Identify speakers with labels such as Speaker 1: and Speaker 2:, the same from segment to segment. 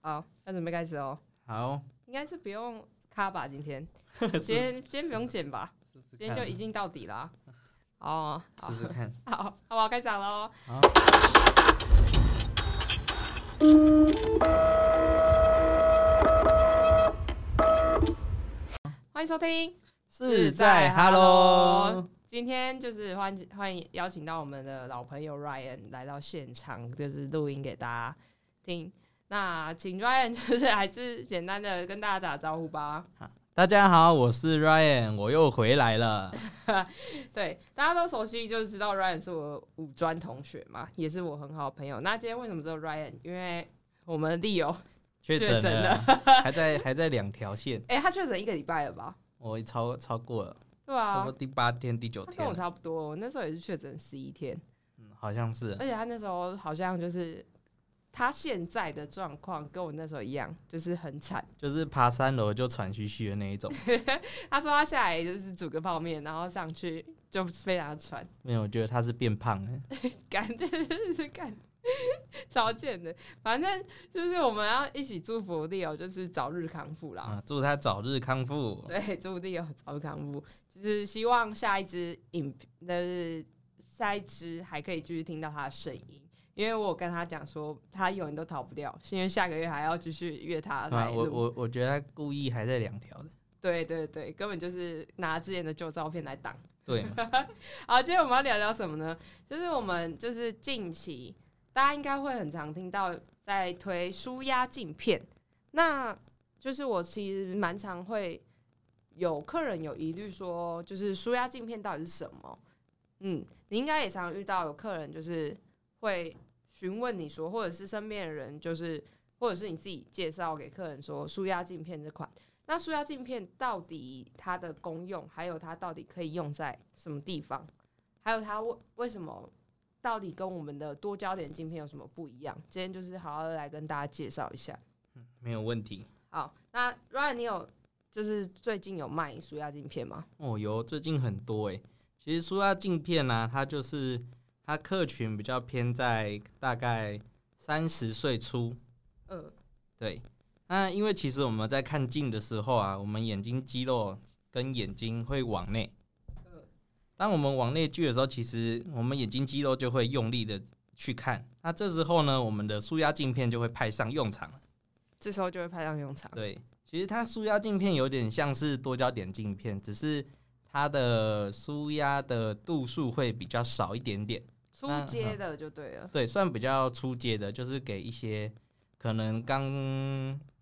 Speaker 1: 好，那准备开始哦。
Speaker 2: 好，
Speaker 1: 应该是不用卡吧，今天，今
Speaker 2: 试
Speaker 1: 天今天不用剪吧，
Speaker 2: 试
Speaker 1: 今天就
Speaker 2: 看
Speaker 1: 一镜到底啦。哦，好
Speaker 2: 试，试看。
Speaker 1: 好，好，我要开场喽。
Speaker 2: 好，
Speaker 1: 欢迎收听，
Speaker 2: 是在 Hello，
Speaker 1: 今天就是欢欢迎邀请到我们的老朋友 Ryan 来到现场，就是录音给大家听。那请 Ryan 就是还是简单的跟大家打招呼吧。
Speaker 2: 大家好，我是 Ryan，我又回来了。
Speaker 1: 对，大家都熟悉，就是知道 Ryan 是我五专同学嘛，也是我很好的朋友。那今天为什么只有 Ryan？因为我们利友，
Speaker 2: 确诊
Speaker 1: 确诊
Speaker 2: 了， 还在还在两条线，
Speaker 1: 哎、他确诊一个礼拜了吧？
Speaker 2: 我超超过了，
Speaker 1: 对
Speaker 2: 差不
Speaker 1: 啊
Speaker 2: 多，第八天、第九
Speaker 1: 他跟我
Speaker 2: 天
Speaker 1: 差
Speaker 2: 了，
Speaker 1: 不多，我那时候也是确诊十一天，
Speaker 2: 嗯，好像是
Speaker 1: 而且他那时候好像就是他现在的状况跟我那时候一样，就是很惨。
Speaker 2: 就是爬三楼就喘吁吁的那一 种，
Speaker 1: 他说他下来就是煮个泡面，然后上去就非常喘，
Speaker 2: 没有，我觉得他是变胖了。
Speaker 1: 干 干，超贱的。反正就是我们要一起祝福 Leo，就是早日康复啦。
Speaker 2: 啊，祝他早日康复。
Speaker 1: 对，祝 Leo 早日康复，就是希望下一支影就是下一支还可以继续听到他的声音。因为我有跟他讲说，他永远都逃不掉，是因为下个月还要继续约他来
Speaker 2: 啊，
Speaker 1: 录、
Speaker 2: 我我我觉得他故意还在两条的，
Speaker 1: 对对对，根本就是拿之前的旧照片来挡。
Speaker 2: 对，
Speaker 1: 好，今天我们要聊聊什么呢？就是我们就是近期大家应该会很常听到在推舒压镜片，那就是我其实蛮常会有客人有疑虑说，就是舒压镜片到底是什么？嗯，你应该也常遇到有客人就是会询问你说，或者是身边的人就是，或者是你自己介绍给客人说舒压镜片这款。那塑胶镜片到底它的功用，还有它到底可以用在什么地方，还有它为为什么到底跟我们的多焦点镜片有什么不一样？今天就是好好的来跟大家介绍一下。
Speaker 2: 没有问题。
Speaker 1: 好，那 Ryan，你有就是最近有卖塑胶镜片吗？
Speaker 2: 哦，有最近很多诶。其实说到镜片呢、它就是它客群比较偏在大概三十岁初。
Speaker 1: 嗯，
Speaker 2: 对，那因为其实我们在看镜的时候啊，我们眼睛肌肉跟眼睛会往内
Speaker 1: 嗯。
Speaker 2: 当我们往内聚的时候，其实我们眼睛肌肉就会用力的去看。那这时候呢，我们的舒压镜片就会派上用场了。
Speaker 1: 这时候就会派上用场。
Speaker 2: 对，其实它舒压镜片有点像是多焦点镜片，只是它的舒压的度数会比较少一点点。
Speaker 1: 出街的就对了。
Speaker 2: 对，算比较初阶的，就是给一些可能刚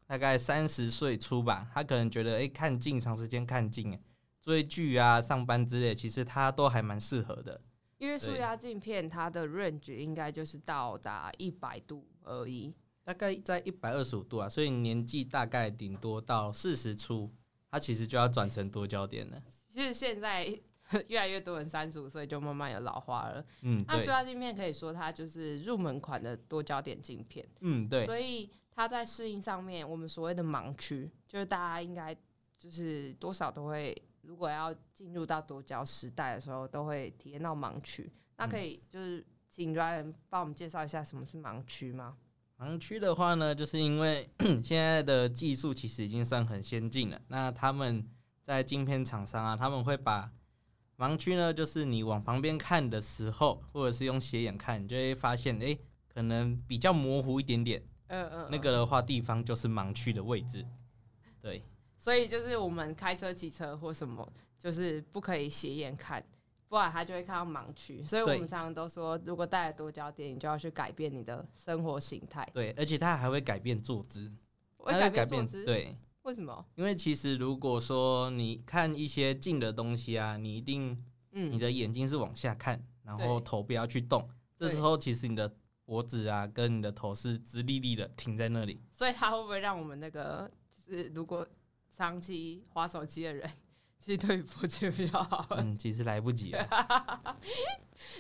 Speaker 2: 大概三十岁初吧，他可能觉得哎、诶看镜长时间看镜，追剧啊、上班之类，其实他都还蛮适合的。
Speaker 1: 因为塑
Speaker 2: 对
Speaker 1: 胶镜片它的 range 应该就是到达一百度而已，
Speaker 2: 大概在一百二十五度啊，所以年纪大概顶多到四十出，他其实就要转成多焦点了。
Speaker 1: 其实现在 越来越多人三十五岁就慢慢有老化了。
Speaker 2: 嗯，
Speaker 1: 那塑
Speaker 2: 对，
Speaker 1: 胶镜片可以说它就是入门款的多焦点镜片，
Speaker 2: 嗯，对，
Speaker 1: 所以它在适应上面，我们所谓的盲区，就是大家应该就是多少都会，如果要进入到多焦时代的时候，都会体验到盲区。那可
Speaker 2: 嗯
Speaker 1: 以就是请 Ryan 帮我们介绍一下什么是盲区吗？
Speaker 2: 盲区的话呢，就是因为 现在的技术其实已经算很先进了。那他们在晶片厂商啊，他们会把盲区呢，就是你往旁边看的时候，或者是用斜眼看，你就会发现，哎、可能比较模糊一点点。
Speaker 1: 嗯嗯
Speaker 2: 那个的话，地方就是盲区的位置。对，
Speaker 1: 所以就是我们开车、骑车或什么，就是不可以斜眼看，不然他就会看到盲区。所以我
Speaker 2: 对
Speaker 1: 们常常都说，如果带了多焦点，你就要去改变你的生活形态，
Speaker 2: 对，而且它还会改变坐姿，
Speaker 1: 会
Speaker 2: 它会
Speaker 1: 变
Speaker 2: 改
Speaker 1: 坐
Speaker 2: 变
Speaker 1: 姿。，
Speaker 2: 对，
Speaker 1: 为什么？
Speaker 2: 因为其实如果说你看一些近的东西啊，你一定你
Speaker 1: 嗯，
Speaker 2: 的眼睛是往下看，然后
Speaker 1: 对
Speaker 2: 头不要去动。这
Speaker 1: 对
Speaker 2: 时候其实你的脖子啊跟你的头是直立立的停在那 里。
Speaker 1: 所以它会不会让我们那个，就是如果长期划手机的人， 其实对于脖子比较好？
Speaker 2: 嗯，其实来不及了。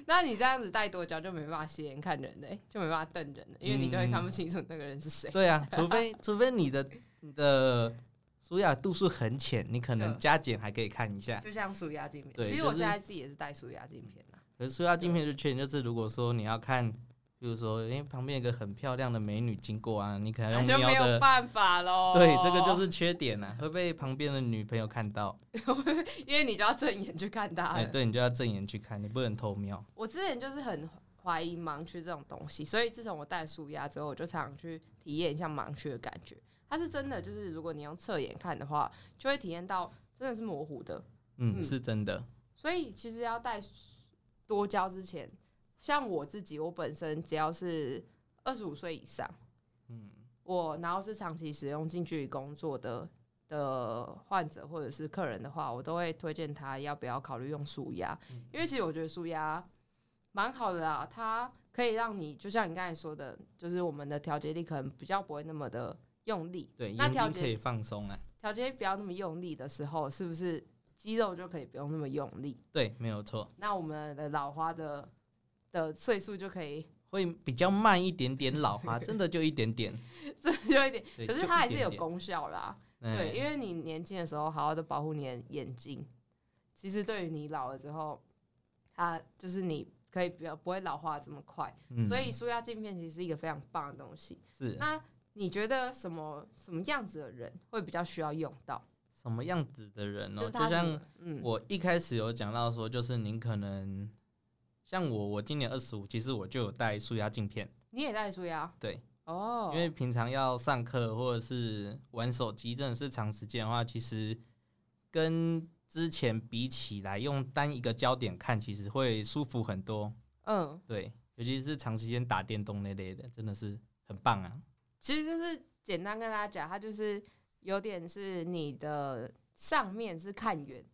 Speaker 1: 那你这样子戴多焦就没办法斜眼看人嘞、就没办法瞪人了，因为你就会看不清楚那个人是谁。
Speaker 2: 对啊，除非除非你的你的舒雅度数很浅，你可能
Speaker 1: 就
Speaker 2: 加减还可以看一下。
Speaker 1: 嗯就像舒压镜片，
Speaker 2: 对
Speaker 1: 其实
Speaker 2: 就
Speaker 1: 我
Speaker 2: 是
Speaker 1: 现在自己也是戴舒压镜片啊。
Speaker 2: 可是舒雅镜片的缺点就是，如果说你要看比如说，因为旁边有个很漂亮的美女经过啊，你可能
Speaker 1: 那
Speaker 2: 用
Speaker 1: 就没
Speaker 2: 瞄
Speaker 1: 有哦
Speaker 2: 的，
Speaker 1: 办法喽。
Speaker 2: 对，这个就是缺点啊，会被旁边的女朋友看到，
Speaker 1: 因为你就要正眼去看他
Speaker 2: 哎、
Speaker 1: 了。
Speaker 2: 对你就要正眼去看，你不能偷瞄。
Speaker 1: 我之前就是很怀疑盲区这种东西，所以自从我戴舒压之后，我就常常去体验一下盲区的感觉。它是真的，就是如果你用侧眼看的话，就会体验到真的是模糊的。
Speaker 2: 嗯，
Speaker 1: 嗯
Speaker 2: 是真的，
Speaker 1: 所以其实要戴多焦之前，像我自己，我本身只要是二十五岁以上，
Speaker 2: 嗯，
Speaker 1: 我然后是长期使用近距离工作的的患者或者是客人的话，我都会推荐他要不要考虑用舒压，因为其实我觉得舒压蛮好的啊，它可以让你就像你刚才说的，就是我们的调节力可能比较不会那么的用力，
Speaker 2: 对，
Speaker 1: 那
Speaker 2: 眼
Speaker 1: 调
Speaker 2: 睛
Speaker 1: 节
Speaker 2: 可以放松啊，
Speaker 1: 调节力不要那么用力的时候，是不是肌肉就可以不用那么用力？
Speaker 2: 对，没有错，
Speaker 1: 那我们的老花的的岁数就可以，
Speaker 2: 会比较慢一点点老花，真的就一点点，
Speaker 1: 这就一点，
Speaker 2: 对
Speaker 1: 可是
Speaker 2: 就
Speaker 1: 它
Speaker 2: 一
Speaker 1: 还是
Speaker 2: 点
Speaker 1: 有
Speaker 2: 点
Speaker 1: 功效啦。
Speaker 2: 哎
Speaker 1: 对，因为你年轻的时候好好的保护你的眼睛，其实对于你老了之后，它就是你可以不要不会老化这么快，
Speaker 2: 嗯
Speaker 1: 所以舒压镜片其实是一个非常棒的东西。
Speaker 2: 是
Speaker 1: 那你觉得什么什么样子的人会比较需要用到？
Speaker 2: 什么样子的人哦、
Speaker 1: 就是他
Speaker 2: 就像
Speaker 1: 嗯，
Speaker 2: 我一开始有讲到说，就是您可能像我，我今年二十五，其实我就有戴塑压镜片，
Speaker 1: 你也戴舒压
Speaker 2: 对，
Speaker 1: 哦，
Speaker 2: 因为平常要上课或者是玩手机，真的是长时间的话，其实跟之前比起来，用单一个焦点看，其实会舒服很多。
Speaker 1: 嗯，
Speaker 2: 对，尤其是长时间打电动那类的，真的是很棒啊。
Speaker 1: 其实就是简单跟大家讲，它就是有点是你的上面是看远，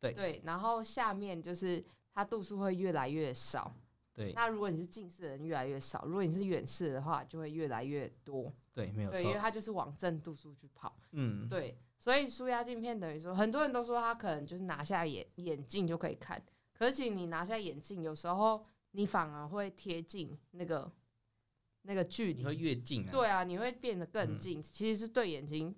Speaker 2: 对
Speaker 1: 对，然后下面就是它度数会越来越少。
Speaker 2: 对
Speaker 1: 那如果你是近视的人越来越少，如果你是远视的话，就会越来越多。
Speaker 2: 对，没有
Speaker 1: 对，因为
Speaker 2: 错。
Speaker 1: 它就是往正度数去跑。
Speaker 2: 嗯，
Speaker 1: 对，所以舒压镜片等于说，很多人都说他可能就是拿下眼眼镜就可以看，可是其实你拿下眼镜，有时候你反而会贴近那个那个距
Speaker 2: 你会
Speaker 1: 离。
Speaker 2: 越近啊。
Speaker 1: 对啊，你会变得更
Speaker 2: 嗯
Speaker 1: 近，其实是对眼睛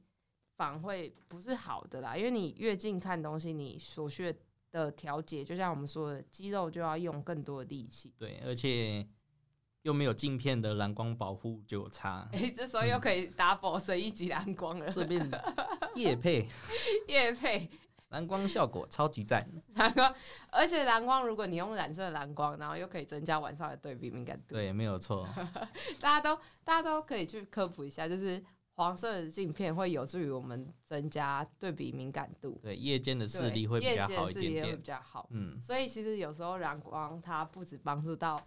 Speaker 1: 反而会不是好的啦，因为你越近看东西，你所需的调节，就像我们说的，肌肉就要用更多的力气。
Speaker 2: 对，而且又没有镜片的蓝光保护就 有差。
Speaker 1: 哎、这时候又可以 double 随一级蓝光了，
Speaker 2: 顺便夜配
Speaker 1: 夜配
Speaker 2: 蓝光效果超级赞，
Speaker 1: 蓝光，而且蓝光，如果你用染色的蓝光，然后又可以增加晚上的对比敏感度。
Speaker 2: 对，没有错，
Speaker 1: 大家都大家都可以去科普一下，就是黄色的镜片会有助于我们增加对比敏感度，
Speaker 2: 对，夜间的视
Speaker 1: 对
Speaker 2: 力会比
Speaker 1: 夜
Speaker 2: 较
Speaker 1: 间
Speaker 2: 好一
Speaker 1: 视力
Speaker 2: 点
Speaker 1: 会
Speaker 2: 点
Speaker 1: 比，较好。
Speaker 2: 嗯，
Speaker 1: 所以其实有时候蓝光它不止帮助到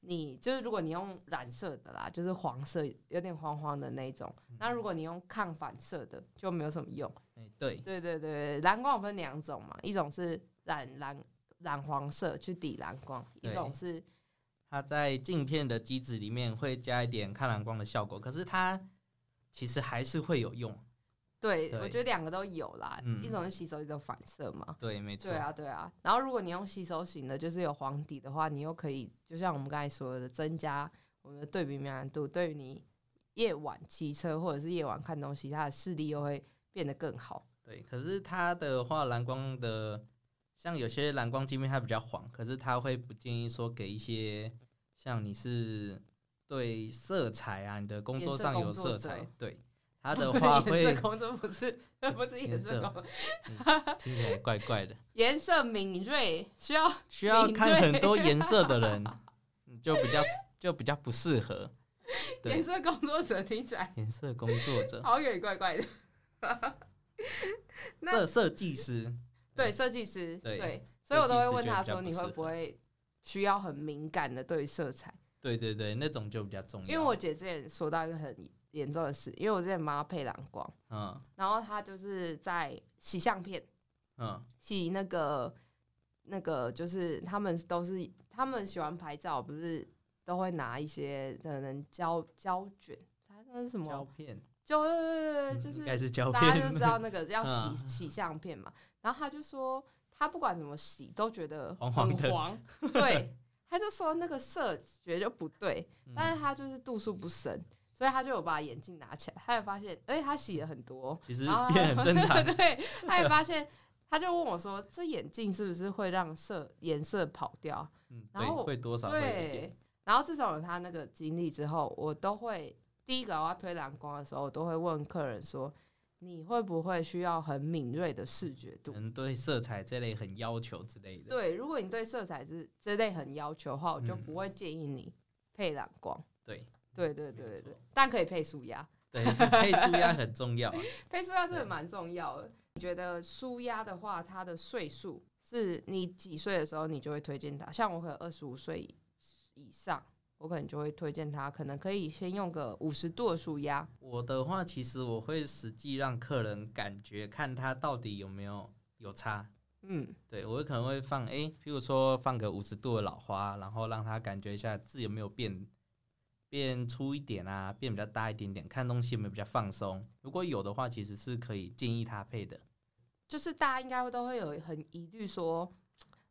Speaker 1: 你，就是如果你用染色的啦，就是黄色有点黄黄的那一种，
Speaker 2: 嗯
Speaker 1: 那如果你用抗反射的就没有什么用。
Speaker 2: 哎，对，
Speaker 1: 对对对，蓝光有分两种嘛，一种是染蓝染黄色去抵蓝光，一
Speaker 2: 对
Speaker 1: 种是
Speaker 2: 它在镜片的机制里面会加一点看蓝光的效果，可是它其实还是会有用，
Speaker 1: 对
Speaker 2: 对
Speaker 1: 我觉得两个都有啦，
Speaker 2: 嗯
Speaker 1: 一种是吸收，一种反射嘛。
Speaker 2: 对，没错
Speaker 1: 对，啊，对啊。然后如果你用吸收型的，就是有黄底的话，你又可以就像我们刚才说的，增加我们的对比敏感度，对于你夜晚骑车或者是夜晚看东西，它的视力又会变得更好。
Speaker 2: 对，可是它的话，蓝光的像有些蓝光镜片它比较黄，可是它会不建议说给一些像你是对色彩啊，你的工
Speaker 1: 颜
Speaker 2: 作
Speaker 1: 色
Speaker 2: 上
Speaker 1: 工
Speaker 2: 有
Speaker 1: 作
Speaker 2: 色
Speaker 1: 者
Speaker 2: 彩， 对。它的话
Speaker 1: 颜
Speaker 2: 会
Speaker 1: 色工作不是 不是颜
Speaker 2: 颜
Speaker 1: 色
Speaker 2: 色
Speaker 1: 工作，
Speaker 2: 听起来怪怪的，
Speaker 1: 颜色敏锐需要
Speaker 2: 需要
Speaker 1: 敏
Speaker 2: 看
Speaker 1: 锐
Speaker 2: 很 多颜色的人，嗯就比较就比较不适合。
Speaker 1: 颜
Speaker 2: 对，
Speaker 1: 色工作者听起来
Speaker 2: 颜色工作者、
Speaker 1: 好远怪怪的。 那
Speaker 2: 设设计师，
Speaker 1: 对，设计师，
Speaker 2: 对
Speaker 1: 对，所以我都会问他说，
Speaker 2: 设计
Speaker 1: 你
Speaker 2: 师就
Speaker 1: 会
Speaker 2: 比较不适合嗯
Speaker 1: 不会需要很敏感的对于色彩？
Speaker 2: 对对对，那种就比较重要。
Speaker 1: 因为我姐之前说到一个很严重的事，因为我之前帮她配蓝光，
Speaker 2: 嗯
Speaker 1: 然后她就是在洗相片，
Speaker 2: 嗯
Speaker 1: 洗那个那个，就是他们都是他们喜欢拍照，不是都会拿一些可能胶胶卷，它那是什
Speaker 2: 胶
Speaker 1: 么？
Speaker 2: 片，
Speaker 1: 胶对对对，就
Speaker 2: 嗯
Speaker 1: 是
Speaker 2: 应该是胶
Speaker 1: 大家
Speaker 2: 片，
Speaker 1: 就知道那个要洗
Speaker 2: 嗯
Speaker 1: 洗相片嘛。然后他就说，他不管怎么洗都觉得
Speaker 2: 黄
Speaker 1: 很
Speaker 2: 黄的
Speaker 1: 黄 对，他就说那个色觉就不对，
Speaker 2: 嗯
Speaker 1: 但是他就是度数不深，所以他就有把眼镜拿起来，他也发现，而且他洗了很多，
Speaker 2: 其实
Speaker 1: 然后
Speaker 2: 变很正常。
Speaker 1: 对，他也发现，他就问我说，这眼镜是不是会让色颜色跑掉？
Speaker 2: 嗯，
Speaker 1: 然后
Speaker 2: 对，会多少会有一
Speaker 1: 对
Speaker 2: 点。
Speaker 1: 然后自从有他那个经历之后，我都会第一个我要推蓝光的时候，我都会问客人说，你会不会需要很敏锐的视觉度？
Speaker 2: 可能对色彩这类很要求之类的。
Speaker 1: 对，如果你对色彩之之类很要求的话，我就不会建议你配蓝光。
Speaker 2: 嗯对
Speaker 1: 对对
Speaker 2: 没
Speaker 1: 对
Speaker 2: 错
Speaker 1: 对，但可以配舒压，
Speaker 2: 对， 配舒压很重要啊、
Speaker 1: 配舒压真的
Speaker 2: 对
Speaker 1: 蛮重要的。你觉得舒压的话，它的岁数是你几岁的时候你就会推荐它？像我可能二十五岁以以上，我可能就会推荐它，可能可以先用个五十度的舒压。
Speaker 2: 我的话，其实我会实际让客人感觉，看他到底有没有有差。
Speaker 1: 嗯，
Speaker 2: 对我可能会放，诶，譬如说放个五十度的老花，然后让他感觉一下字有没有变变粗一点啊，变比较大一点点，看东西有没有比较放松。如果有的话，其实是可以建议他配的。
Speaker 1: 就是大家应该都会有很疑虑说，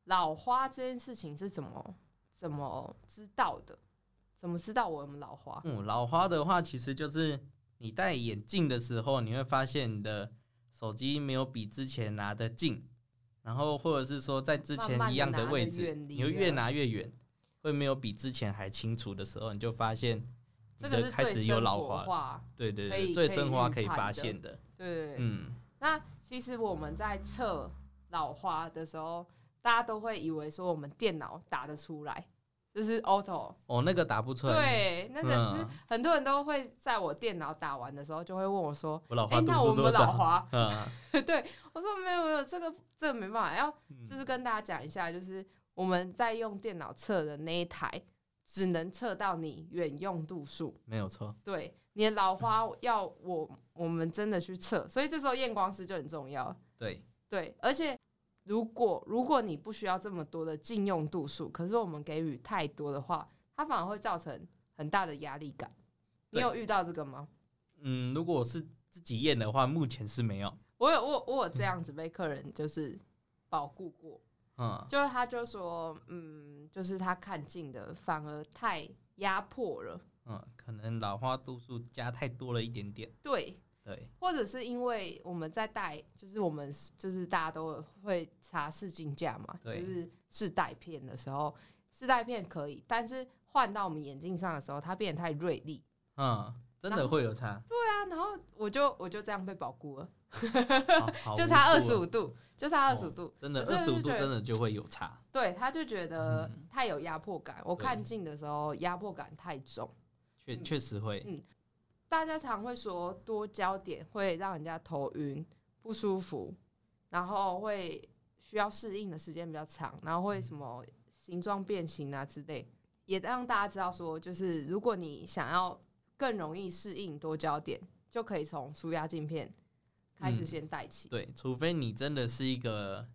Speaker 1: 老花这件事情是怎么怎么知道的？怎么知道我有没有老花？
Speaker 2: 嗯，老花的话，其实就是你戴眼镜的时候，你会发现你的手机没有比之前拿的近，然后或者是说在之前
Speaker 1: 慢慢地
Speaker 2: 一样的
Speaker 1: 拿得
Speaker 2: 位置，
Speaker 1: 远离
Speaker 2: 你会越
Speaker 1: 了
Speaker 2: 拿越远，会没有比之前还清楚的时候，你就发现
Speaker 1: 这
Speaker 2: 你
Speaker 1: 个
Speaker 2: 的
Speaker 1: 是
Speaker 2: 开
Speaker 1: 最
Speaker 2: 始有
Speaker 1: 生
Speaker 2: 老
Speaker 1: 活
Speaker 2: 花了。
Speaker 1: 化，
Speaker 2: 对对
Speaker 1: 可
Speaker 2: 对，
Speaker 1: 以
Speaker 2: 最
Speaker 1: 可以
Speaker 2: 生花
Speaker 1: 预
Speaker 2: 可以
Speaker 1: 判
Speaker 2: 发
Speaker 1: 的
Speaker 2: 现的。
Speaker 1: 对对对。
Speaker 2: 嗯，
Speaker 1: 那其实我们在测老花的时候，大家都会以为说我们电脑打得出来，就是 auto。
Speaker 2: 哦，那个打不出来。
Speaker 1: 对，那个是
Speaker 2: 嗯
Speaker 1: 很多人都会在我电脑打完的时候，就会问我说
Speaker 2: 我老：“
Speaker 1: 哎、
Speaker 2: 花度
Speaker 1: 那我
Speaker 2: 数多
Speaker 1: 们老
Speaker 2: 少？
Speaker 1: 花
Speaker 2: 嗯，？”
Speaker 1: 对我说：“没有没有，这个这个没办法，要
Speaker 2: 嗯
Speaker 1: 就是跟大家讲一下，就是我们在用电脑测的那一台，只能测到你远用度数。”
Speaker 2: 没有错。
Speaker 1: 对，你的老花要我我们真的去测，所以这时候验光师就很重要。
Speaker 2: 对，
Speaker 1: 对，而且如果如果你不需要这么多的禁用度数，可是我们给予太多的话，它反而会造成很大的压力感。你
Speaker 2: 对
Speaker 1: 有遇到这个吗？
Speaker 2: 嗯，如果我是自己验的话，目前是没有。
Speaker 1: 我有我我有这样子被客人就是保护过，
Speaker 2: 嗯，
Speaker 1: 就是他就说，嗯，就是他看近的反而太压迫了，
Speaker 2: 嗯，可能老花度数加太多了一点点。
Speaker 1: 对，
Speaker 2: 对，
Speaker 1: 或者是因为我们在戴，就是我们就是大家都会查视镜架嘛，就
Speaker 2: 对
Speaker 1: 是试戴片的时候，试戴片可以，但是换到我们眼镜上的时候，它变得太锐利。
Speaker 2: 嗯，真
Speaker 1: 然
Speaker 2: 的
Speaker 1: 后
Speaker 2: 会有差，
Speaker 1: 对啊，然后我就我就这样被保护了，
Speaker 2: 好 好
Speaker 1: 就
Speaker 2: 无
Speaker 1: 差
Speaker 2: 辜
Speaker 1: 二
Speaker 2: 哦
Speaker 1: 十五度，就差二
Speaker 2: 哦
Speaker 1: 十五度。
Speaker 2: 真的
Speaker 1: 可是
Speaker 2: 二十五
Speaker 1: 就
Speaker 2: 度
Speaker 1: 觉得
Speaker 2: 真的就会有差。
Speaker 1: 对，他就觉得太有压迫感。我
Speaker 2: 嗯对
Speaker 1: 看近的时候压迫感太重。
Speaker 2: 确
Speaker 1: 嗯
Speaker 2: 确实会
Speaker 1: 嗯，大家常会说多焦点会让人家头晕、不舒服，然后会需要适应的时间比较长，然后会什么形状变形啊之类，也让大家知道说，就是如果你想要更容易适应多焦点，就可以从舒压镜片开始
Speaker 2: 嗯
Speaker 1: 先戴起。
Speaker 2: 对，除非你真的是一个，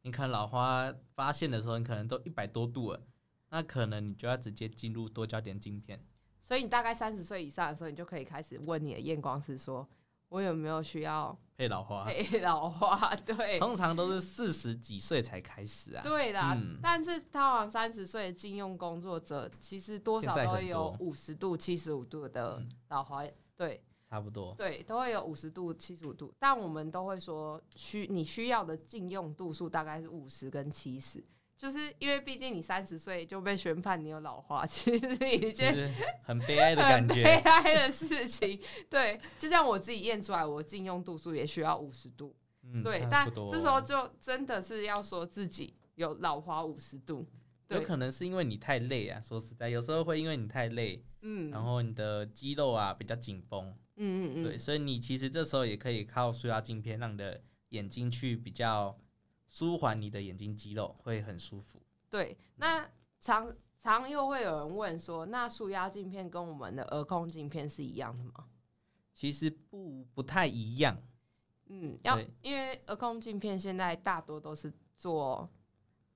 Speaker 2: 你看老花发现的时候，你可能都一百多度了，那可能你就要直接进入多焦点镜片。
Speaker 1: 所以你大概三十岁以上的时候，你就可以开始问你的验光师说，我有没有需要
Speaker 2: 配老花，
Speaker 1: 配 老花？对，
Speaker 2: 通常都是四十几岁才开始啊。
Speaker 1: 对啦，
Speaker 2: 嗯
Speaker 1: 但是通常三十岁的禁用工作者，其实多少
Speaker 2: 现在
Speaker 1: 都
Speaker 2: 很
Speaker 1: 会有
Speaker 2: 多
Speaker 1: 五十度、七十五度的
Speaker 2: 嗯
Speaker 1: 老花，对
Speaker 2: 差不多。
Speaker 1: 对，都会有五十度、七十五度。但我们都会说需你需要的禁用度数大概是五十跟七十，就是因为毕竟你三十岁就被宣判你有老花，其实是一
Speaker 2: 就
Speaker 1: 件
Speaker 2: 是很悲哀的感
Speaker 1: 很悲
Speaker 2: 觉。
Speaker 1: 哀的事情。对，就像我自己验出来，我禁用度数也需要五十度。
Speaker 2: 嗯，
Speaker 1: 对
Speaker 2: 差，
Speaker 1: 但
Speaker 2: 不多
Speaker 1: 这时候就真的是要说自己有老花五十度，
Speaker 2: 有
Speaker 1: 对
Speaker 2: 可能是因为你太累啊，说实在，有时候会因为你太累，
Speaker 1: 嗯，
Speaker 2: 然后你的肌肉啊比较紧绷，
Speaker 1: 嗯嗯
Speaker 2: 啊对，
Speaker 1: 嗯，
Speaker 2: 所以你其实这时候也可以靠塑压镜片让你的眼睛去比较舒缓你的眼睛肌肉，会很舒服。
Speaker 1: 对。那常常又会有人问说，那塑压镜片跟我们的额控镜片是一样的吗？
Speaker 2: 其实不不太一样，
Speaker 1: 嗯，要
Speaker 2: 对
Speaker 1: 因为额控镜片现在大多都是做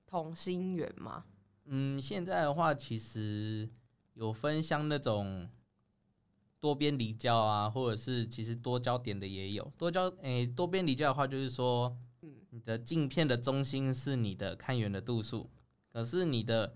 Speaker 1: 同心圆嘛，
Speaker 2: 嗯，现在的话其实有分像那种多边离焦啊，或者是其实多焦点的也有。多焦诶、多边离焦的话，就是说
Speaker 1: 嗯，
Speaker 2: 你的镜片的中心是你的看远的度数，可是你的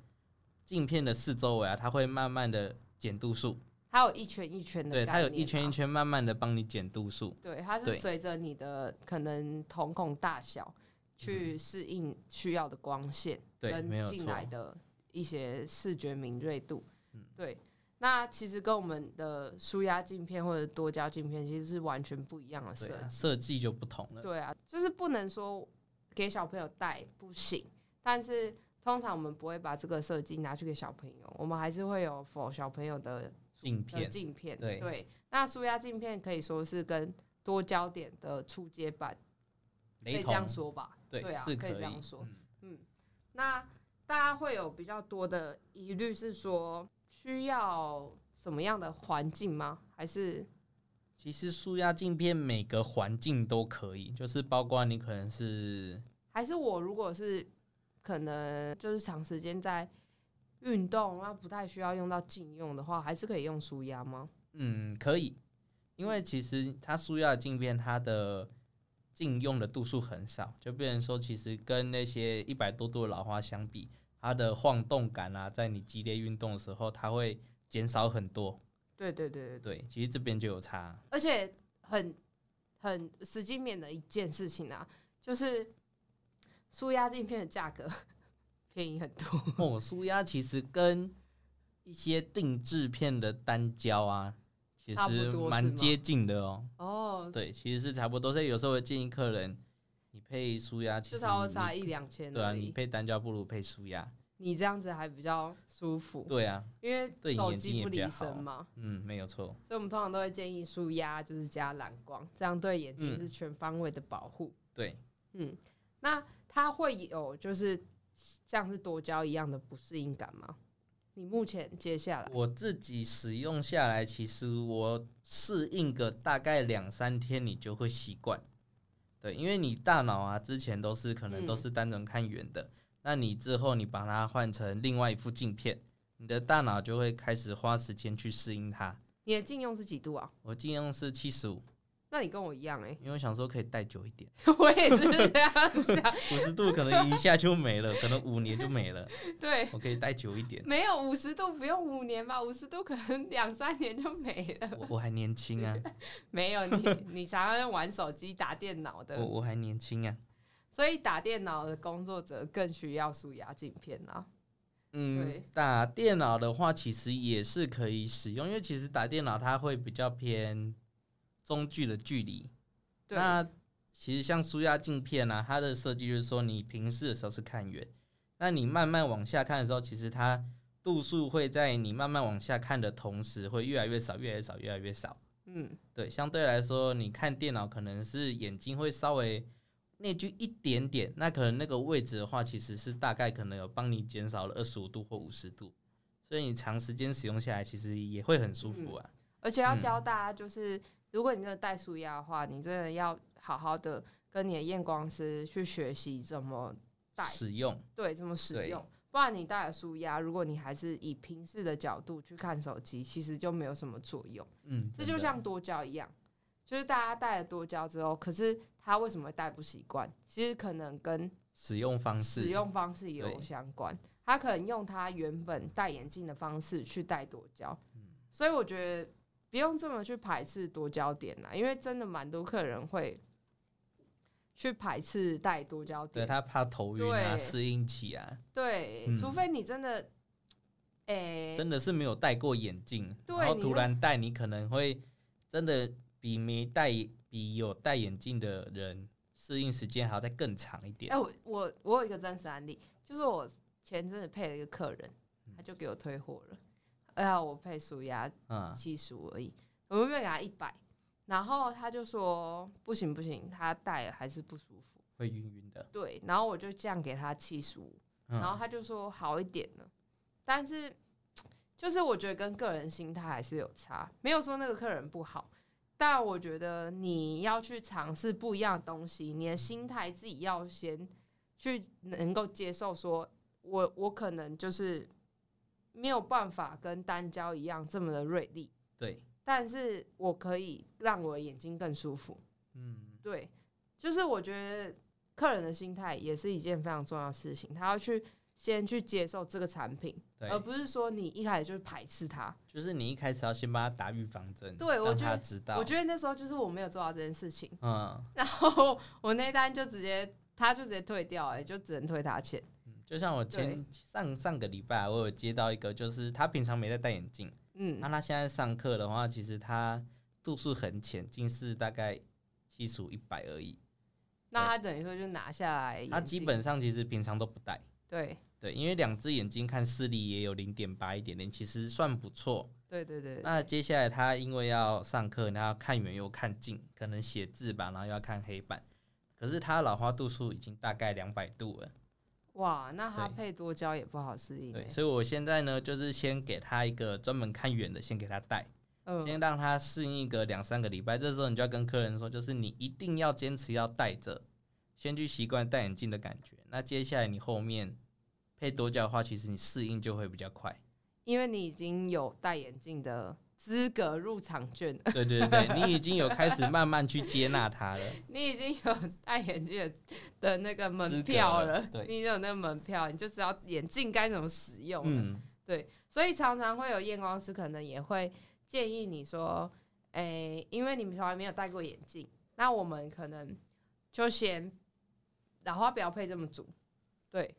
Speaker 2: 镜片的四周围啊，它会慢慢的减度数，
Speaker 1: 它有一圈一圈的、
Speaker 2: 对，它有一
Speaker 1: 啊
Speaker 2: 圈一。圈慢慢的帮你减度数。
Speaker 1: 对，它是
Speaker 2: 对
Speaker 1: 随着你的可能瞳孔大小去适应需要的光线，
Speaker 2: 嗯对
Speaker 1: 跟
Speaker 2: 没有
Speaker 1: 进
Speaker 2: 错
Speaker 1: 来的一些视觉敏锐度。
Speaker 2: 嗯
Speaker 1: 对，那其实跟我们的舒压镜片或者多焦镜片其实是完全不一样的
Speaker 2: 对
Speaker 1: 设
Speaker 2: 啊，设计就不同了。
Speaker 1: 对啊，就是不能说给小朋友戴不行，但是通常我们不会把这个设计拿去给小朋友，我们还是会有否小朋友的
Speaker 2: 镜
Speaker 1: 的
Speaker 2: 片
Speaker 1: 镜片。
Speaker 2: 对
Speaker 1: 那舒压镜片可以说是跟多焦点的初阶版，可
Speaker 2: 雷
Speaker 1: 以这
Speaker 2: 同
Speaker 1: 样，说吧？
Speaker 2: 对，
Speaker 1: 对啊
Speaker 2: 是
Speaker 1: 可以
Speaker 2: 以
Speaker 1: 这样说
Speaker 2: 嗯
Speaker 1: 嗯，那大家会有比较多的疑虑是说需要什么样的环境吗？还是
Speaker 2: 其实舒压镜片每个环境都可以，就是包括你可能是
Speaker 1: 还是我如果是可能就是长时间在运动，那不太需要用到禁用的话，还是可以用舒压吗？
Speaker 2: 嗯可以，因为其实它舒压的镜片它的禁用的度数很少，就变成说其实跟那些一百多度的老花相比，它的晃动感啊，在你激烈运动的时候，它会减少很多。
Speaker 1: 对对对对对，
Speaker 2: 对，其实这边就有差。
Speaker 1: 而且很很实际面的一件事情啊，就是舒压镜片的价格 便宜很多。
Speaker 2: 哦，舒压其实跟一些定制片的单焦啊，其
Speaker 1: 差不
Speaker 2: 实
Speaker 1: 多是
Speaker 2: 蛮
Speaker 1: 吗
Speaker 2: 接近的哦。
Speaker 1: 哦，
Speaker 2: 对，其实是差不多。所以有时候我建议客人，你配舒压，其
Speaker 1: 至
Speaker 2: 实
Speaker 1: 少
Speaker 2: 你
Speaker 1: 差一两千
Speaker 2: 对啊，
Speaker 1: 而
Speaker 2: 你
Speaker 1: 已。
Speaker 2: 配单焦不如配舒压。
Speaker 1: 你这样子还比较舒服，
Speaker 2: 对啊，
Speaker 1: 因为
Speaker 2: 对
Speaker 1: 手
Speaker 2: 眼睛
Speaker 1: 机
Speaker 2: 也
Speaker 1: 不
Speaker 2: 比较
Speaker 1: 离
Speaker 2: 好
Speaker 1: 身嘛，
Speaker 2: 嗯，没有错。
Speaker 1: 所以我们通常都会建议舒压就是加蓝光，这样对眼睛
Speaker 2: 嗯
Speaker 1: 是全方位的保护。
Speaker 2: 对，
Speaker 1: 嗯，那它会有就是像是多焦一样的不适应感吗？你目前接下来，
Speaker 2: 我自己使用下来，其实我适应个大概两三天，你就会习惯。对，因为你大脑啊，之前都是可
Speaker 1: 嗯
Speaker 2: 能都是单纯看远的，那你之后你把它换成另外一副镜片，你的大脑就会开始花时间去适应它。
Speaker 1: 你的禁用是几度啊？
Speaker 2: 我尽量是七十五，
Speaker 1: 那你跟我一样哎、
Speaker 2: 因为我想说可以戴久一点，
Speaker 1: 我也是这样想。
Speaker 2: 五十度可能一下就没了，可能五年就没了，
Speaker 1: 对，
Speaker 2: 我可以戴久一点。
Speaker 1: 没有五十度不用五年吧，五十度可能两三年就没了。
Speaker 2: 我我还年轻啊，
Speaker 1: 没有你，你常常玩手机、打电脑
Speaker 2: 我
Speaker 1: 的，
Speaker 2: 我还年轻啊。
Speaker 1: 所以打电脑的工作者更需要舒压镜片啊。
Speaker 2: 嗯
Speaker 1: 对，
Speaker 2: 打电脑的话，其实也是可以使用，因为其实打电脑它会比较偏中距的距离。
Speaker 1: 对，
Speaker 2: 那其实像舒压镜片啊，它的设计就是说，你平视的时候是看远，那你慢慢往下看的时候，其实它度数会在你慢慢往下看的同时，会越来越少，越来越少，越来越少。
Speaker 1: 嗯，
Speaker 2: 对，相对来说，你看电脑可能是眼睛会稍微内聚一点点，那可能那个位置的话，其实是大概可能有帮你减少了二十五度或五十度，所以你长时间使用下来，其实也会很舒服啊。
Speaker 1: 而且要
Speaker 2: 嗯
Speaker 1: 教大家，就是、如果你真的戴舒压的话，你真的要好好的跟你的验光师去学习怎么戴，
Speaker 2: 使用
Speaker 1: 对，怎么使
Speaker 2: 对
Speaker 1: 用。不然你戴了舒压，如果你还是以平视的角度去看手机，其实就没有什么作用。
Speaker 2: 嗯，
Speaker 1: 这
Speaker 2: 真
Speaker 1: 就
Speaker 2: 的
Speaker 1: 像多焦一样，就是大家戴了多焦之后，可是他为什么戴不习惯？其实可能跟
Speaker 2: 使用方式，
Speaker 1: 使用方式也有
Speaker 2: 对
Speaker 1: 相关。他可能用他原本戴眼镜的方式去戴多焦，
Speaker 2: 嗯
Speaker 1: 所以我觉得不用这么去排斥多焦点啦，因为真的蛮多客人会去排斥戴多焦
Speaker 2: 对
Speaker 1: 点。
Speaker 2: 他怕头晕啊，
Speaker 1: 对
Speaker 2: 适应期啊，
Speaker 1: 对，
Speaker 2: 嗯
Speaker 1: 除非你真的，诶、
Speaker 2: 真的是没有戴过眼镜，
Speaker 1: 对
Speaker 2: 然后
Speaker 1: 你
Speaker 2: 突
Speaker 1: 会
Speaker 2: 然戴，你可能会真的比没戴比有戴眼镜的人适应时间还要再更长一点
Speaker 1: 哎、。我我我有一个真实案例，就是我前阵子配了一个客人，他就给我退货了，哎呀，我配舒压
Speaker 2: 嗯，
Speaker 1: 七十五而已，我原本给他一百，然后他就说不行不行，他戴了还是不舒服。
Speaker 2: 会晕晕的。
Speaker 1: 对，然后我就这样给他七十五，
Speaker 2: 嗯
Speaker 1: 然后他就说好一点了，但是就是我觉得跟个人心态还是有差，没有说那个客人不好，但我觉得你要去尝试不一样的东西，你的心态自己要先去能够接受说，我我可能就是没有办法跟单焦一样这么的锐利，
Speaker 2: 对，
Speaker 1: 但是我可以让我的眼睛更舒服。
Speaker 2: 嗯，
Speaker 1: 对，就是我觉得客人的心态也是一件非常重要的事情，他要去先去接受这个产品，
Speaker 2: 对
Speaker 1: 而，不是说你一开始就排斥它。
Speaker 2: 就是你一开始要先帮他打预防针，
Speaker 1: 对我
Speaker 2: 让
Speaker 1: 觉
Speaker 2: 他
Speaker 1: 得
Speaker 2: 知道，
Speaker 1: 我
Speaker 2: 得，
Speaker 1: 觉得那时候就是我没有做到这件事情，
Speaker 2: 嗯，
Speaker 1: 然后我那单就直接他就直接退掉、欸，哎，就只能退他钱。
Speaker 2: 嗯就像我前上上个礼拜，我有接到一个，就是他平常没在戴眼镜，
Speaker 1: 嗯
Speaker 2: 那、，他现在上课的话，其实他度数很浅，近视大概七十五一百而已。
Speaker 1: 那他等于说就拿下来眼镜，
Speaker 2: 他基本上其实平常都不戴，
Speaker 1: 对
Speaker 2: 对，因为两只眼睛看视力也有零点八一点零，其实算不错。
Speaker 1: 对对对，
Speaker 2: 那接下来他因为要上课，然后看远又看近，可能写字吧，然后又要看黑板。可是他老花度数已经大概两百度了，
Speaker 1: 哇，那他
Speaker 2: 对
Speaker 1: 配多焦也不好适应欸
Speaker 2: 对，，所以我现在呢，就是先给他一个专门看远的，先给他戴，
Speaker 1: 嗯
Speaker 2: 先让他适应一个两三个礼拜。这时候你就要跟客人说，就是你一定要坚持要戴着，先去习惯戴眼镜的感觉。那接下来你后面配多角的话，其实你适应就会比较快。
Speaker 1: 因为你已经有戴眼镜的资格入场券，
Speaker 2: 对对对，你已经有开始慢慢去接纳他了。
Speaker 1: 你已经有戴眼镜的的那个
Speaker 2: 资
Speaker 1: 门
Speaker 2: 格
Speaker 1: 票
Speaker 2: 了
Speaker 1: 了，
Speaker 2: 对
Speaker 1: 你已经有那个门票，你就知道眼镜该怎么使用了。
Speaker 2: 嗯，
Speaker 1: 所以常常会有验光师可能也会建议你说，诶、因为你们从来没有戴过眼镜，那我们可能就先老花不要配这么足，对，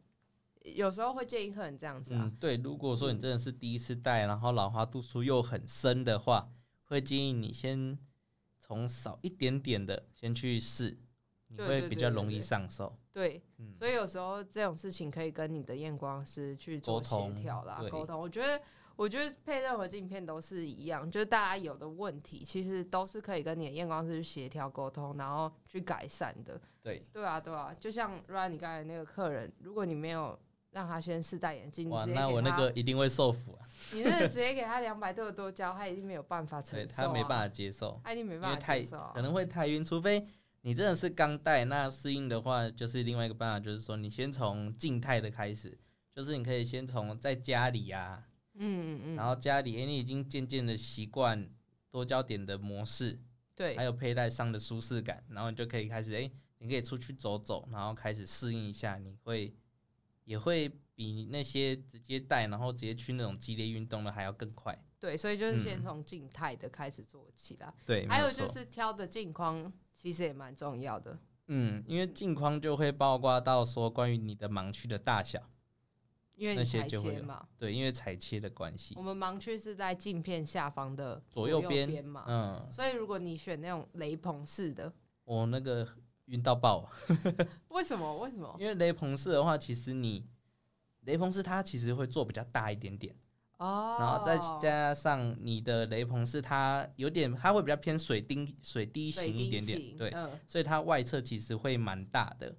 Speaker 1: 有时候会建议客人这样子啊，
Speaker 2: 嗯，对，如果说你真的是第一次戴，然后老花度数又很深的话，会建议你先从少一点点的先去试，你
Speaker 1: 对
Speaker 2: 会
Speaker 1: 对
Speaker 2: 比
Speaker 1: 对
Speaker 2: 较
Speaker 1: 对
Speaker 2: 容易
Speaker 1: 对
Speaker 2: 上手。
Speaker 1: 对，
Speaker 2: 嗯，
Speaker 1: 所以有时候这种事情可以跟你的验光师去做
Speaker 2: 沟
Speaker 1: 协
Speaker 2: 通
Speaker 1: 调啦
Speaker 2: 对，
Speaker 1: 沟通。我觉得，我觉得配任何镜片都是一样，就是大家有的问题，其实都是可以跟你的验光师去协调沟通，然后去改善的。
Speaker 2: 对，
Speaker 1: 对啊，对啊，就像 Ryan 你刚才那个客人，如果你没有让他先试戴眼镜，你
Speaker 2: 哇，
Speaker 1: 直接
Speaker 2: 那
Speaker 1: 给
Speaker 2: 我那
Speaker 1: 他
Speaker 2: 个，一定会受服啊，
Speaker 1: 你那个直接给他两百度的多焦，他一定没有办法承
Speaker 2: 对
Speaker 1: 受、啊，
Speaker 2: 他没办法接受，
Speaker 1: 他一定没
Speaker 2: 因
Speaker 1: 办
Speaker 2: 为
Speaker 1: 法
Speaker 2: 太
Speaker 1: 接受、啊
Speaker 2: 可。能会太晕，除非。你真的是刚戴，那适应的话，就是另外一个办法，就是说你先从静态的开始，就是你可以先从在家里啊，
Speaker 1: 嗯嗯
Speaker 2: 然
Speaker 1: 嗯，
Speaker 2: 后家里，哎，你已经渐渐的习惯多焦点的模式，
Speaker 1: 对
Speaker 2: 还，有佩戴上的舒适感，然后你就可以开始，哎、你可以出去走走，然后开始适应一下，你会也会比那些直接戴，然后直接去那种激烈运动的还要更快。
Speaker 1: 对，所以就是先
Speaker 2: 嗯
Speaker 1: 从静态的开始做起啦。
Speaker 2: 对
Speaker 1: 还有就，是挑的镜框，其实也蛮重要的。
Speaker 2: 嗯，因为镜框就会包括到说关于你的盲区的大小，
Speaker 1: 因为
Speaker 2: 那
Speaker 1: 你
Speaker 2: 些
Speaker 1: 裁
Speaker 2: 就会
Speaker 1: 切
Speaker 2: 有
Speaker 1: 嘛，
Speaker 2: 对，因为裁切的关系
Speaker 1: 我，们盲区是在镜片下方的
Speaker 2: 左右
Speaker 1: 哦右
Speaker 2: 边
Speaker 1: 嘛，
Speaker 2: 嗯，
Speaker 1: 所以如果你选那种雷朋式的，
Speaker 2: 我那个晕到爆啊，
Speaker 1: 为什么？为什么？
Speaker 2: 因为雷朋式的话，其实你雷朋式它其实会做比较大一点点。
Speaker 1: 哦，
Speaker 2: 然后再加上你的雷朋是它有点，它会比较偏水滴水滴
Speaker 1: 水
Speaker 2: 型一
Speaker 1: 滴
Speaker 2: 点点，
Speaker 1: 型
Speaker 2: 对，
Speaker 1: 嗯，
Speaker 2: 所以它外侧其实会蛮大的，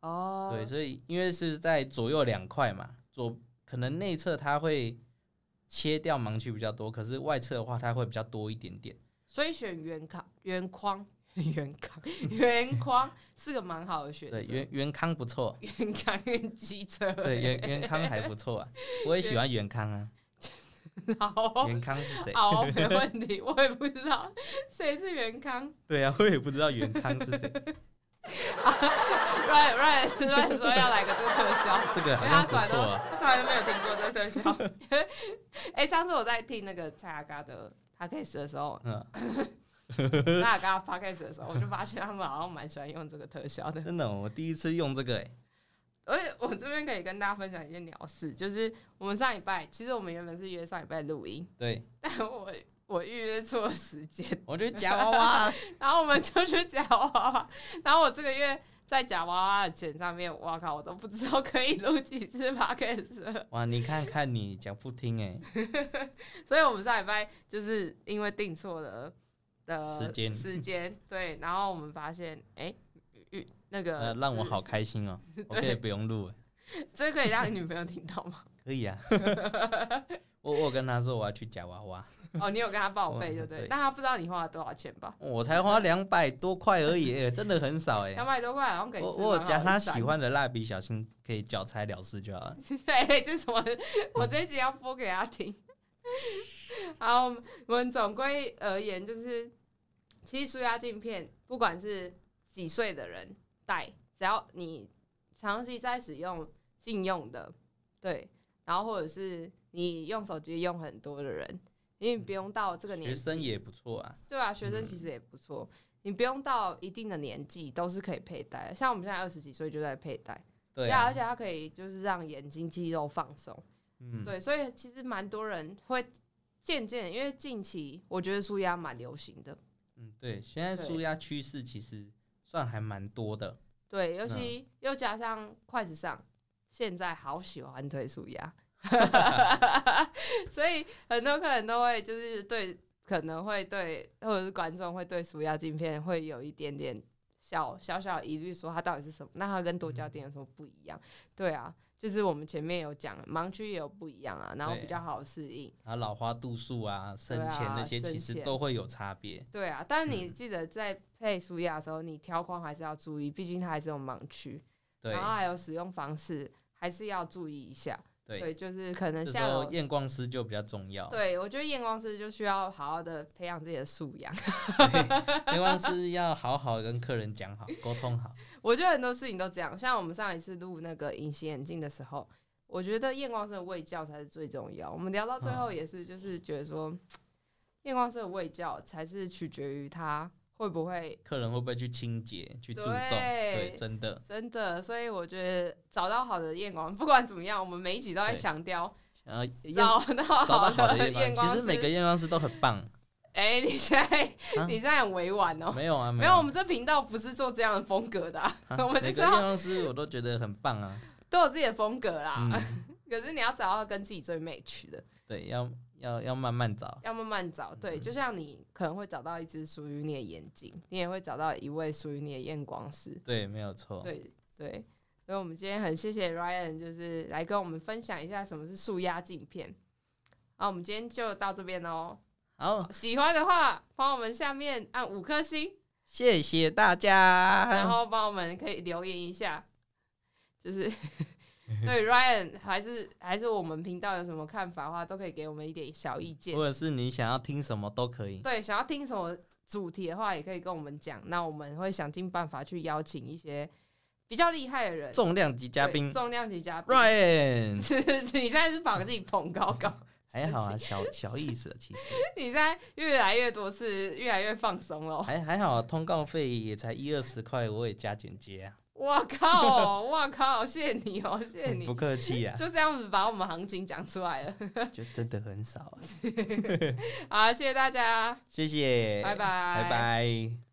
Speaker 1: 哦，
Speaker 2: 对，所以因为是在左右两块嘛，左可能内侧它会切掉盲区比较多，可是外侧的话它会比较多一点点，
Speaker 1: 所以选圆框、圆框、 圆框、圆框是个蛮好的选
Speaker 2: 对，
Speaker 1: 择。，
Speaker 2: 元元康不错
Speaker 1: 圆框跟机车，
Speaker 2: 对，元元康还不 错啊，我也喜欢元康啊，
Speaker 1: 好哦
Speaker 2: 元康是谁？
Speaker 1: 好哦，没问题。我也不知道谁是圆康，
Speaker 2: 对啊，我也不知道元康是谁，
Speaker 1: Ryan Ryan Ryan 说要来个这个特效，
Speaker 2: 这个 好
Speaker 1: 因为他
Speaker 2: 像不
Speaker 1: 从来
Speaker 2: 错
Speaker 1: 都
Speaker 2: 啊，
Speaker 1: 他从来都没有听过这个特效。 哎、上次我在听那个蔡阿嘎的 podcast 的时 候，
Speaker 2: 嗯，
Speaker 1: 蔡阿嘎 podcast 的时候，我就发现他们好像蛮喜欢用这个特效的。
Speaker 2: 真的，我第一次用这个哎、
Speaker 1: 而且我这边可以跟大家分享一件鸟事，就是我们上礼拜，其实我们原本是约上礼拜录音，
Speaker 2: 对，
Speaker 1: 但我我预约错时间，
Speaker 2: 我就夹娃娃啊。
Speaker 1: 然后我们就去夹娃娃，然后我这个月在夹娃娃的钱上面，哇靠，我都不知道可以录几次 podcast 了。
Speaker 2: 哇，你看看你讲不听哎、
Speaker 1: 所以我们上礼拜就是因为定错了的
Speaker 2: 时间
Speaker 1: 时间对，然后我们发现，哎、嗯那个、
Speaker 2: 呃，让我好，开心哦、我可以不用录、欸，
Speaker 1: 这可以让你女朋友听到 吗？
Speaker 2: 可以啊。我我跟他说我要去夹娃娃，
Speaker 1: 哦，你有跟她报备，
Speaker 2: 我
Speaker 1: 对不对
Speaker 2: 对？
Speaker 1: 但她不知道你花了多少钱吧？
Speaker 2: 我才花两百多块而已、欸真的很少哎、
Speaker 1: 两百多块好像可以
Speaker 2: 我
Speaker 1: 吃
Speaker 2: 我有
Speaker 1: 蛮好
Speaker 2: 夹
Speaker 1: 的
Speaker 2: 他
Speaker 1: 餐
Speaker 2: 喜。欢的蜡笔小新，可以交差了事就好了。
Speaker 1: 哎、这什么？我这一集要播给她听。好，我们我们总归而言就是，其实舒压镜片，不管是几岁的人戴，只要你长期在使用禁用的，对，然后或者是你用手机用很多的人，因为你不用到这个年
Speaker 2: 嗯学
Speaker 1: 纪，
Speaker 2: 生也不错啊，
Speaker 1: 对啊，学生其实也不错，你不用到一定的年纪都是可以佩戴的，像我们现在二十几岁就在佩戴，
Speaker 2: 对
Speaker 1: 啊，
Speaker 2: 啊
Speaker 1: 而且它可以就是让眼睛肌肉放松。
Speaker 2: 嗯，
Speaker 1: 对，所以其实蛮多人会渐渐，因为近期我觉得舒压蛮流行的，
Speaker 2: 嗯，对，现在
Speaker 1: 对
Speaker 2: 舒压趋势其实算还蛮多的，
Speaker 1: 对，
Speaker 2: 嗯
Speaker 1: 尤其又加上快时尚，现在好喜欢推舒压， 所以很多客人都会就是对，可能会对，或者是观众会对舒压镜片会有一点点小小小疑虑，说它到底是什么？那它跟多
Speaker 2: 嗯
Speaker 1: 焦点有什么不一样？对啊，就是我们前面有讲，盲区也有不一样啊，然后
Speaker 2: 对
Speaker 1: 比较好适应。
Speaker 2: 然后老花度数啊、生
Speaker 1: 对啊
Speaker 2: 前那些
Speaker 1: 生
Speaker 2: 其实
Speaker 1: 前
Speaker 2: 都会有差别。
Speaker 1: 对啊，但是你
Speaker 2: 嗯
Speaker 1: 记得在配舒压的时候，你挑框还是要注意，毕竟它还是有盲区，
Speaker 2: 对
Speaker 1: 然后还有使用方式还是要注意一下。
Speaker 2: 对，
Speaker 1: 就是可能
Speaker 2: 这时
Speaker 1: 下
Speaker 2: 候
Speaker 1: 楼。
Speaker 2: 验光师就比较重要。
Speaker 1: 对，我觉得验光师就需要好好的培养自己的素养。
Speaker 2: 验光师要好好地跟客人讲好、沟通好。
Speaker 1: 我觉得很多事情都这样，像我们上一次录那个隐形眼镜的时候，我觉得验光师的卫教才是最重要。我们聊到最
Speaker 2: 嗯
Speaker 1: 后也是，就是觉得说，验光师的卫教才是取决于他会不会
Speaker 2: 客人会不会去清洁、去注重？
Speaker 1: 对
Speaker 2: 对，真的。
Speaker 1: 真的，所以我觉得找到好的验光，不管怎么样，我们每一集都在
Speaker 2: 对
Speaker 1: 强调
Speaker 2: 呃，验
Speaker 1: 找到
Speaker 2: 找到好
Speaker 1: 好
Speaker 2: 的
Speaker 1: 验
Speaker 2: 验光，
Speaker 1: 光
Speaker 2: 其
Speaker 1: 师。
Speaker 2: 实每个验光师都很棒。
Speaker 1: 哎、你现在、
Speaker 2: 啊
Speaker 1: 你现在很委婉哦、
Speaker 2: 没有啊，
Speaker 1: 没
Speaker 2: 有
Speaker 1: 有，
Speaker 2: 啊，
Speaker 1: 我们这频道不是做这样的风格的啊、
Speaker 2: 啊
Speaker 1: 我们
Speaker 2: 每
Speaker 1: 就是
Speaker 2: 个验
Speaker 1: 要
Speaker 2: 光师我都觉得很棒啊。
Speaker 1: 都有自己的风格啦。
Speaker 2: 嗯，
Speaker 1: 可是你要找到跟自己最 match 的，
Speaker 2: 对，要要要慢慢找。
Speaker 1: 要慢慢找。对，
Speaker 2: 嗯
Speaker 1: 就像你可能会找到一只属于你的眼睛，你也会找到一位属于你的验光师。
Speaker 2: 对，没有错。
Speaker 1: 对对，所以我们今天很谢谢 Ryan，就是来跟我们分享一下什么是塑压镜片。好，我们今天就到这边喽。
Speaker 2: 好，
Speaker 1: 喜欢的话，帮我们下面按五颗星，
Speaker 2: 谢谢大家。
Speaker 1: 然后帮我们可以留言一下，就是 对 Ryan 还是还是我们频道有什么看法的话，都可以给我们一点小意见。
Speaker 2: 或者是你想要听什么都可以。
Speaker 1: 对，想要听什么主题的话，也可以跟我们讲，那我们会想尽办法去邀请一些比较厉害的人，
Speaker 2: 重量级嘉
Speaker 1: 对
Speaker 2: 宾
Speaker 1: 重量级嘉宾。
Speaker 2: Ryan，
Speaker 1: 是你现在是把自己捧高高，
Speaker 2: 还好啊，小小意思啊，其实
Speaker 1: 你现在越来越多次越来越放松了。
Speaker 2: 还还好啊，通告费也才一二十块，我也加减接啊，
Speaker 1: 我靠，我靠，谢谢你哦，谢谢你
Speaker 2: 不，客气啊，
Speaker 1: 就这样子把我们行情讲出来了。
Speaker 2: 就真的 很少啊，
Speaker 1: 好，谢谢大家，
Speaker 2: 谢谢，
Speaker 1: 拜拜
Speaker 2: 拜拜。